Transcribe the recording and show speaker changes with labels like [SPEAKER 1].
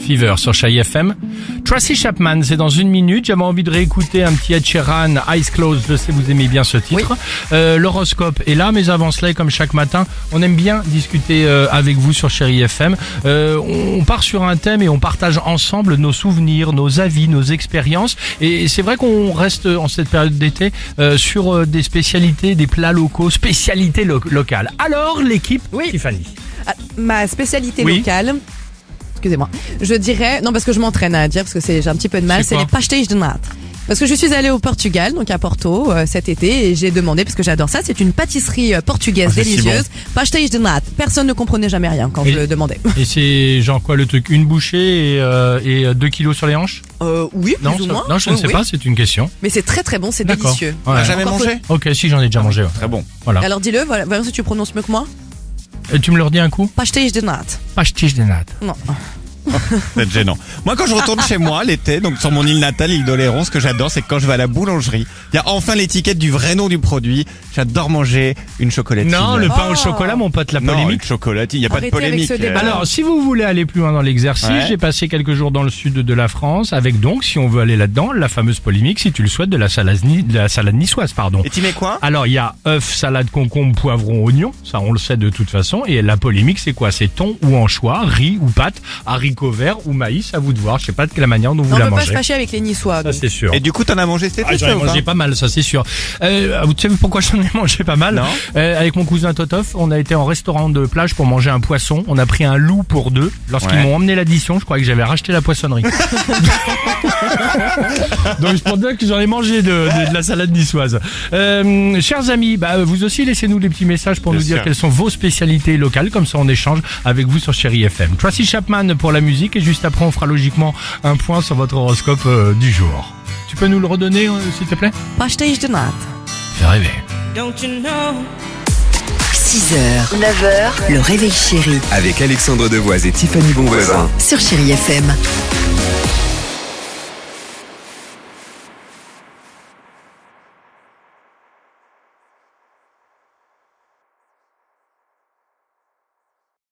[SPEAKER 1] Fever sur Chai FM. Tracy Chapman, c'est dans une minute. J'avais envie de réécouter un petit Ed Sheeran, Eyes Closed. Je sais, vous aimez bien ce titre. Euh, L'horoscope est là, mais avant cela, et comme chaque matin, on aime bien discuter euh, avec vous sur Chéri FM. Euh, on part sur un thème et on partage ensemble nos souvenirs, nos avis, nos expériences. Et c'est vrai qu'on reste en cette période d'été euh, sur euh, des spécialités, des plats locaux, spécialités lo- locales. Alors, l'équipe,
[SPEAKER 2] Oui.
[SPEAKER 1] Tiffany.
[SPEAKER 2] Ah, ma spécialité
[SPEAKER 1] Oui.
[SPEAKER 2] locale. Excusez-moi. Je dirais, non, parce que je m'entraîne hein, à dire, parce que c'est, j'ai un petit peu de mal,
[SPEAKER 1] C'est
[SPEAKER 2] c'est
[SPEAKER 1] quoi
[SPEAKER 2] les pastéis de nata. Parce que je suis allée au Portugal, donc à Porto, euh, cet été, et j'ai demandé, parce que j'adore ça, c'est une pâtisserie euh, portugaise
[SPEAKER 1] Ah, c'est si
[SPEAKER 2] délicieuse, pastéis de nata. Personne ne comprenait jamais rien quand
[SPEAKER 1] Et-
[SPEAKER 2] je le demandais.
[SPEAKER 1] Et c'est genre quoi le truc Une bouchée et, euh, et euh, deux kilos sur les hanches
[SPEAKER 2] Euh, oui,
[SPEAKER 1] Non,
[SPEAKER 2] plus ou
[SPEAKER 1] ça-
[SPEAKER 2] moins.
[SPEAKER 1] non je ne
[SPEAKER 2] Oui,
[SPEAKER 1] sais
[SPEAKER 2] oui.
[SPEAKER 1] pas, c'est une question.
[SPEAKER 2] Mais c'est très très bon, c'est
[SPEAKER 1] D'accord.
[SPEAKER 2] délicieux.
[SPEAKER 1] Ouais.
[SPEAKER 3] T'as jamais
[SPEAKER 2] Encore
[SPEAKER 3] mangé
[SPEAKER 1] Ok, si j'en ai déjà mangé. ouais.
[SPEAKER 3] Très bon.
[SPEAKER 1] Voilà.
[SPEAKER 2] Alors dis-le, voilà, voyons si tu prononces mieux que moi.
[SPEAKER 1] Et tu me le redis un coup
[SPEAKER 2] Pastéis de nata.
[SPEAKER 1] Pastiche des nattes.
[SPEAKER 2] Non.
[SPEAKER 3] C'est gênant. Moi, quand je retourne chez moi l'été, donc sur mon île natale, île d'Oléron, ce que j'adore, c'est que quand je vais à la boulangerie, il y a enfin l'étiquette du vrai nom du produit. J'adore manger une chocolatine.
[SPEAKER 1] Non, le pain
[SPEAKER 2] Oh.
[SPEAKER 1] au chocolat, mon pote, la
[SPEAKER 3] Non,
[SPEAKER 1] polémique.
[SPEAKER 3] une chocolatine. Il n'y a pas de
[SPEAKER 2] Arrêtez avec
[SPEAKER 3] polémique.
[SPEAKER 2] ce débat.
[SPEAKER 1] Alors, si vous voulez aller plus loin dans l'exercice,
[SPEAKER 3] Ouais.
[SPEAKER 1] j'ai passé quelques jours dans le sud de la France avec donc, si on veut aller là-dedans, la fameuse polémique, si tu le souhaites, de la salade, ni- de la salade niçoise, pardon.
[SPEAKER 3] Et tu mets quoi
[SPEAKER 1] Alors, il y a œuf, salade, concombre, poivron, oignon. Ça, on le sait de toute façon. Et la polémique, c'est quoi C'est thon ou anchois, riz ou pâte, haricots verts ou maïs, à vous de voir. Je sais pas de quelle manière dont vous
[SPEAKER 2] Non, on
[SPEAKER 1] la
[SPEAKER 2] peut pas se
[SPEAKER 1] mangez.
[SPEAKER 2] fâcher avec les Niçois.
[SPEAKER 1] Ça,
[SPEAKER 2] donc.
[SPEAKER 1] c'est sûr.
[SPEAKER 3] Et du coup, t'en as mangé cet
[SPEAKER 1] Ah,
[SPEAKER 3] été,
[SPEAKER 1] j'en ai
[SPEAKER 3] toi, ou pas
[SPEAKER 1] mangé pas mal, ça c'est sûr. Euh, vous savez pourquoi j'en ai mangé pas mal
[SPEAKER 3] Non.
[SPEAKER 1] Euh, Avec mon cousin Totof, on a été en restaurant de plage pour manger un poisson. On a pris un loup pour deux. Lorsqu'ils
[SPEAKER 3] Ouais.
[SPEAKER 1] m'ont emmené l'addition, je croyais que j'avais racheté la poissonnerie. Donc je pense bien que j'en ai mangé de, de- de la salade niçoise. Euh, chers amis, bah, vous aussi laissez-nous des petits messages pour
[SPEAKER 3] Bien
[SPEAKER 1] nous dire
[SPEAKER 3] sûr.
[SPEAKER 1] quelles sont vos spécialités locales. Comme ça, on échange avec vous sur Chéri FM. Tracy Chapman pour la musique et juste après, on fera logiquement un point sur votre horoscope euh, du jour. Tu peux nous le redonner, euh, s'il te plaît
[SPEAKER 2] Pastéis de nata.
[SPEAKER 1] Fais rêver.
[SPEAKER 4] 6h, 9h, le réveil chéri
[SPEAKER 5] Avec Alexandre Devoise et Tiffany Bonvoisin.
[SPEAKER 4] sur Chérie FM.